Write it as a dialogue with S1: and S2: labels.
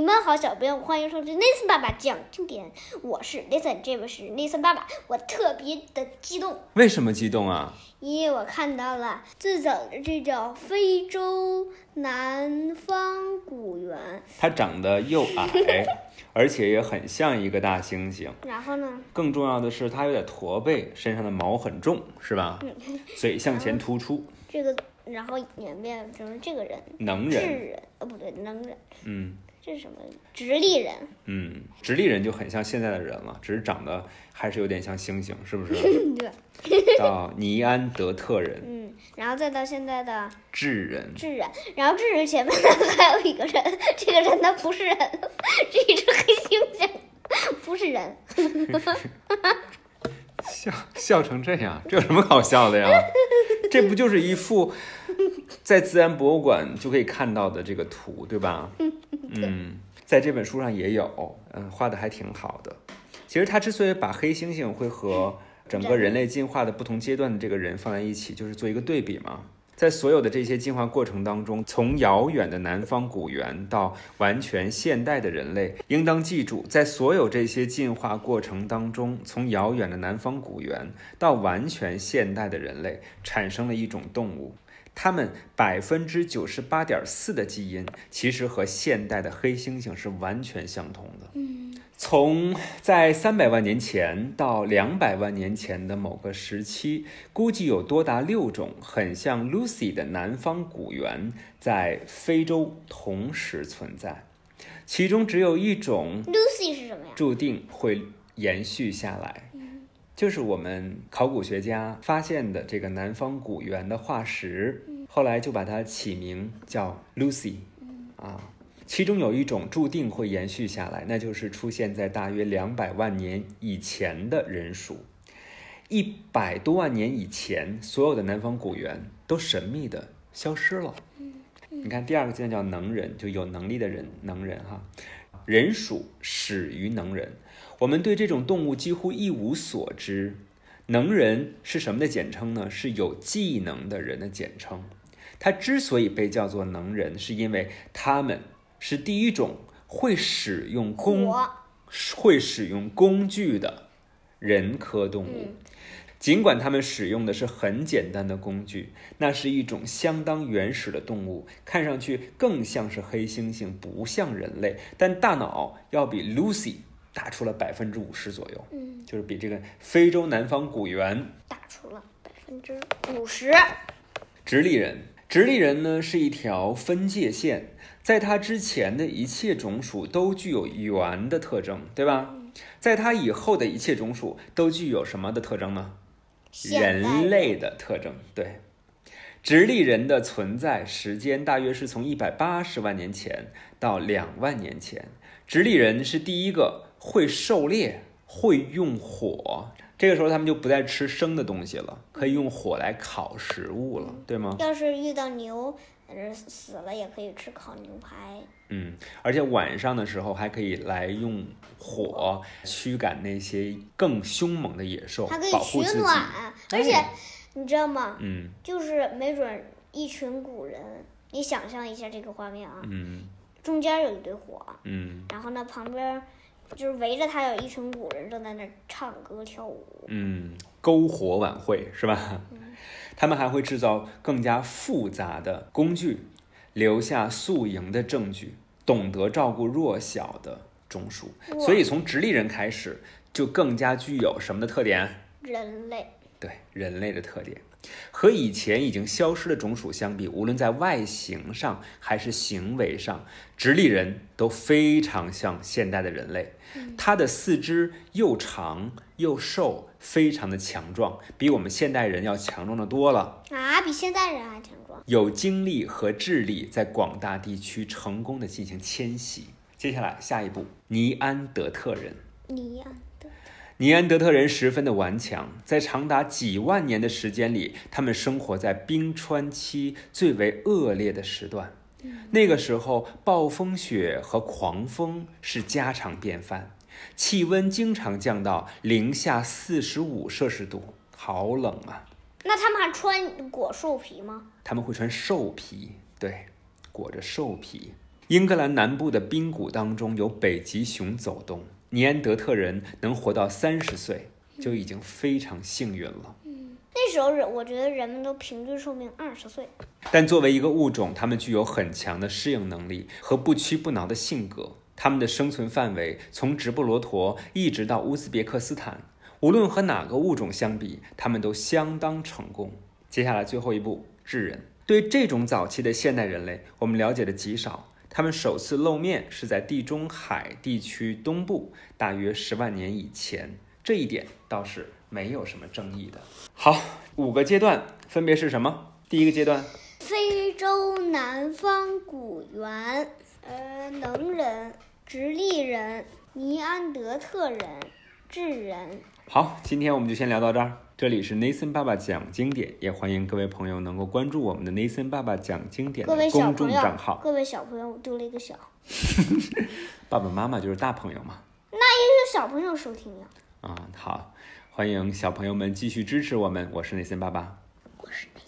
S1: 你们好，小朋友，欢迎收听 Listen 爸爸讲经典，我是 Listen，这位是 Listen 爸爸，我特别的激动，
S2: 为什么激动啊？
S1: 因为我看到了最早的这叫非洲南方古猿，
S2: 它长得又矮，而且也很像一个大猩猩。
S1: 然后呢，
S2: 更重要的是，它有点驼背，身上的毛很重，是吧？嘴向前突出，
S1: 这个然后演变成这个人，
S2: 能
S1: 智
S2: 人。
S1: 人，呃、不对，能人，
S2: 嗯
S1: 这是什么？直立人，
S2: 嗯，直立人就很像现在的人了，只是长得还是有点像猩猩，是不是？
S1: 对，
S2: 到尼安德特人、
S1: 嗯，然后再到现在的
S2: 智人，
S1: 智人，然后智人前面还有一个人，这个人他不是人， 是一只黑猩猩，不是人。
S2: 笑笑成这样， 这有什么好笑的呀？这不就是一幅在自然博物馆就可以看到的这个图，对吧？嗯，在这本书上也有，嗯，画的还挺好的。其实他之所以把黑猩猩会和整个人类进化的不同阶段的这个人放在一起，就是做一个对比嘛。在所有的这些进化过程当中，从遥远的南方古猿到完全现代的人类，应当记住，在所有这些进化过程当中，从遥远的南方古猿到完全现代的人类，产生了一种动物。它们百分之九十八点四的基因其实和现代的黑猩猩是完全相同的。从在三百万年前到两百万年前的某个时期，估计有多达六种很像 Lucy 的南方古猿在非洲同时存在，其中只有一种
S1: Lucy 是什么呀？
S2: 注定会延续下来，就是我们考古学家发现的这个南方古猿的化石，后来就把它起名叫 Lucy，啊，其中有一种注定会延续下来，那就是出现在大约两百万年以前的人属。一百多万年以前，所有的南方古猿都神秘的消失了。你看，第二个阶段叫能人，就有能力的人，能人哈。人属始于能人，我们对这种动物几乎一无所知。能人是什么的简称呢？是有技能的人的简称。他之所以被叫做能人，是因为他们是第一种会使用工
S1: 火，
S2: 会使用工具的人科动物。尽管它们使用的是很简单的工具，那是一种相当原始的动物，看上去更像是黑猩猩，不像人类，但大脑要比 Lucy 大出了百分之五十左右，
S1: 嗯，
S2: 就是比这个非洲南方古猿
S1: 打出了百分之五十。
S2: 直立人，直立人呢是一条分界线，在它之前的一切种属都具有圆的特征，对吧？
S1: 嗯
S2: 在它以后的一切种属都具有什么的特征呢？
S1: 现代
S2: 人类的特征。对，直立人的存在时间大约是从一百八十万年前到两万年前。直立人是第一个会狩猎、会用火，这个时候他们就不再吃生的东西了，可以用火来烤食物了，对吗？
S1: 要是遇到牛，呃死了也可以吃烤牛排。
S2: 嗯，而且晚上的时候还可以来用火驱赶那些更凶猛的野兽，
S1: 它可以
S2: 保
S1: 取
S2: 护自己。哎
S1: 暖，而且你知道吗？
S2: 嗯
S1: 就是没准一群古人，你想象一下这个画面啊，
S2: 嗯
S1: 中间有一堆火，
S2: 嗯
S1: 然后呢旁边就是围着他有一群古人正在那儿唱歌跳舞。
S2: 嗯，篝火晚会是吧？
S1: 嗯
S2: 他们还会制造更加复杂的工具，留下宿营的证据，懂得照顾弱小的中属。
S1: 哇
S2: 所以从直立人开始，就更加具有什么的特点？
S1: 人类
S2: 对人类的特点，和以前已经消失的种属相比，无论在外形上还是行为上，直立人都非常像现代的人类。它的四肢又长又瘦，非常的强壮，比我们现代人要强壮的多了。
S1: 啊，比现代人还强壮。
S2: 有精力和智力在广大地区成功的进行迁徙。接下来，下一步，尼安德特人。
S1: 你呀、对，
S2: 尼安德特人十分的顽强，在长达几万年的时间里，他们生活在冰川期最为恶劣的时段。那个时候，暴风雪和狂风是家常便饭，气温经常降到零下四十五摄氏度，好冷啊！
S1: 那他们还穿果树皮吗？
S2: 他们会穿兽皮，对，裹着兽皮。英格兰南部的冰谷当中有北极熊走动，尼安德特人能活到三十岁就已经非常幸运了。
S1: 那时候人，我觉得人们都平均寿命二十岁。
S2: 但作为一个物种，它们具有很强的适应能力和不屈不挠的性格。它们的生存范围从直布罗陀一直到乌兹别克斯坦，无论和哪个物种相比，它们都相当成功。接下来最后一步，智人。对于这种早期的现代人类，我们了解的极少。他们首次露面是在地中海地区东部，大约十万年以前。这一点倒是没有什么争议的。好，五个阶段分别是什么？第一个阶段，
S1: 非洲南方古猿，呃，能人、直立人、尼安德特人、智人。
S2: 好，今天我们就先聊到这儿。这里是 Nathan 爸爸讲经典，也欢迎各位朋友能够关注我们的 Nathan 爸爸讲经典
S1: 各位
S2: 的
S1: 小
S2: 公
S1: 朋
S2: 众
S1: 友
S2: 账号。，
S1: 各位小朋友，我丢了一个小，
S2: 爸爸妈妈就是大朋友嘛。啊
S1: 这是小朋友收听呀。
S2: 啊、好，欢迎小朋友们继续支持我们。我是 Nathan 爸爸。
S1: 我是那个。